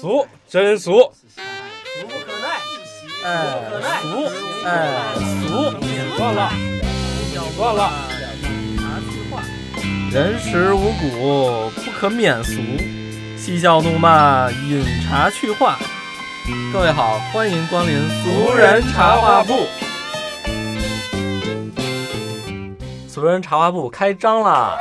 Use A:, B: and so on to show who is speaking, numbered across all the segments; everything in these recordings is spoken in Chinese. A: 俗，真俗，
B: 俗不可耐，
A: 哎，俗，
B: 嗯
A: 哎，俗，算了，算了。
C: 人食五谷，不可免俗；嬉笑怒骂，饮茶去话。各位好，欢迎光临俗人茶话铺。俗人茶话铺开张啦！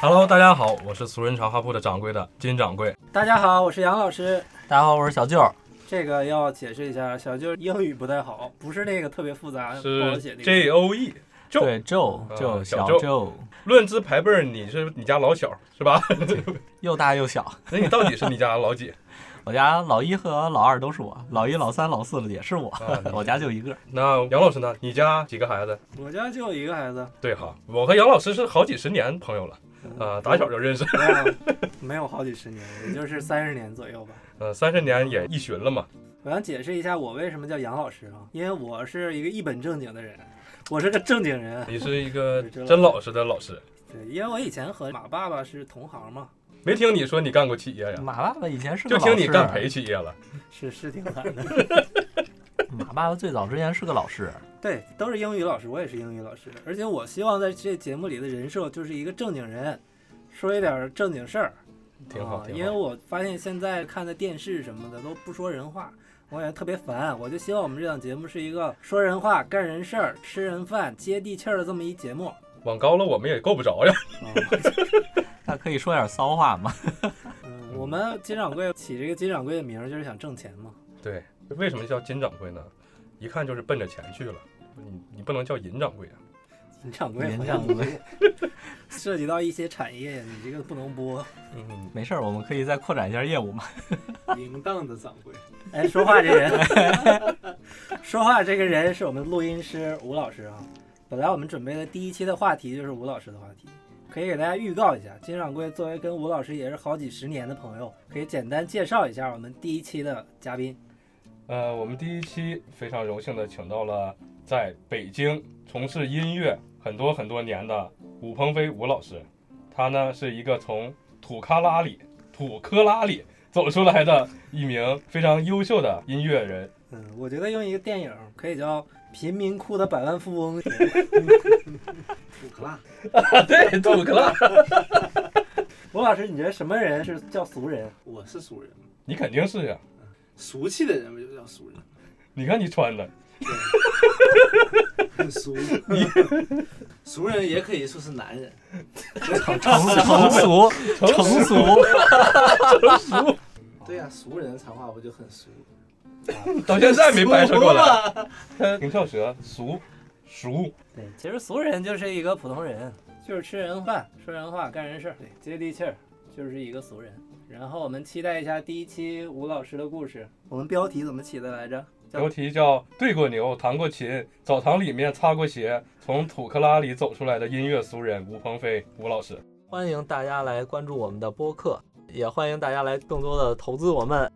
A: Hello，大家好，我是俗人茶话铺的掌柜的金掌柜。
B: 大家好，我是杨老师。
C: 大家好，我是小舅。
B: 这个要解释一下，小舅英语不太好，不是那个特别复杂，哎不好写
A: 是
B: 那个
A: J。O E。舅
C: 对，舅
A: 啊
C: 舅
A: 小
C: 小
A: 舅
C: 舅，
A: 论资排辈儿，你是你家老小是吧？
C: 又大又小。
A: 那你到底是你家老几？
C: 我家老一和老二都是我，老一、老三、老四也是我，
A: 啊你
C: 我家就一个。
A: 那杨老师呢？你家几个孩子？
B: 我家就有一个孩子，
A: 对哈，我和杨老师是好几十年朋友了，啊，打小就认识，
B: 没有没有好几十年，也就是三十年左右吧。
A: 呃，三十年也一旬 了嘛。
B: 我想解释一下我为什么叫杨老师啊，因为我是一个一本正经的人，我是个正经人。
A: 你是一个真老实的老师，
B: 对，因为我以前和马爸爸是同行嘛，
A: 没听你说你干过企业呀？
C: 马爸爸以前是个
A: 啊就
C: 老
A: 听你
C: 师
A: 干陪企业了。
B: 是是挺惨的。
C: 马爸爸最早之前是个老师，
B: 对，都是英语老师，我也是英语老师，而且我希望在这节目里的人设就是一个正经人，说一点正经事儿，
A: 挺好
B: 啊
A: 挺好
B: 因为我发现现在看的电视什么的都不说人话，我感觉特别烦。我就希望我们这档节目是一个说人话、干人事儿、吃人饭、接地气儿的这么一节目。
A: 往高了我们也够不着呀。
B: 啊
A: 哦
C: 那可以说点骚话吗？
B: 嗯，我们金掌柜起这个金掌柜的名儿就是想挣钱嘛。
A: 对，为什么叫金掌柜呢？一看就是奔着钱去了。你你不能叫银掌柜啊！
B: 金掌柜，
C: 银掌柜，
B: 涉及到一些产业，你这个不能播。
A: 嗯，
C: 没事儿，我们可以再扩展一下业务 嘛。
D: 淫荡的掌柜，
B: 哎，说话这人，说话这个人是我们录音师吴老师啊。本来我们准备的第一期的话题就是吴老师的话题，可以给大家预告一下。金掌柜作为跟吴老师也是好几十年的朋友，可以简单介绍一下我们第一期的嘉宾。
A: 呃，我们第一期非常荣幸的请到了在北京从事音乐很多很多年的武鹏飞吴老师，他呢是一个从土喀拉里土科拉里走出来的一名非常优秀的音乐人。
B: 嗯，我觉得用一个电影可以叫《贫民窟的百万富翁》。
D: 土克拉，
A: 啊对，土克拉，
B: 吴老师，你觉得什么人是叫俗人？
D: 我是俗人，
A: 你肯定是呀、
D: 俗气的人不就叫俗人？
A: 你看你穿的，
D: 很 俗， 俗人也可以说是男人，
C: 成成俗，成俗，
D: 对呀、俗人长话不就很俗？
A: 到现在没掰扯过来。
D: 来，
A: 平翘舌，俗，熟，
B: 对，其实俗人就是一个普通人，就是吃人饭、说人话、干人事儿，对，接地气儿，就是一个俗人。然后我们期待一下第一期吴老师的故事。我们标题怎么起的来着？叫
A: 标题叫“对过牛，弹过琴，澡堂里面擦过鞋，从土克拉里走出来的音乐俗人吴鹏飞吴老师
C: 欢迎大家来关注我们的播客，也欢迎大家来更多的投资我们。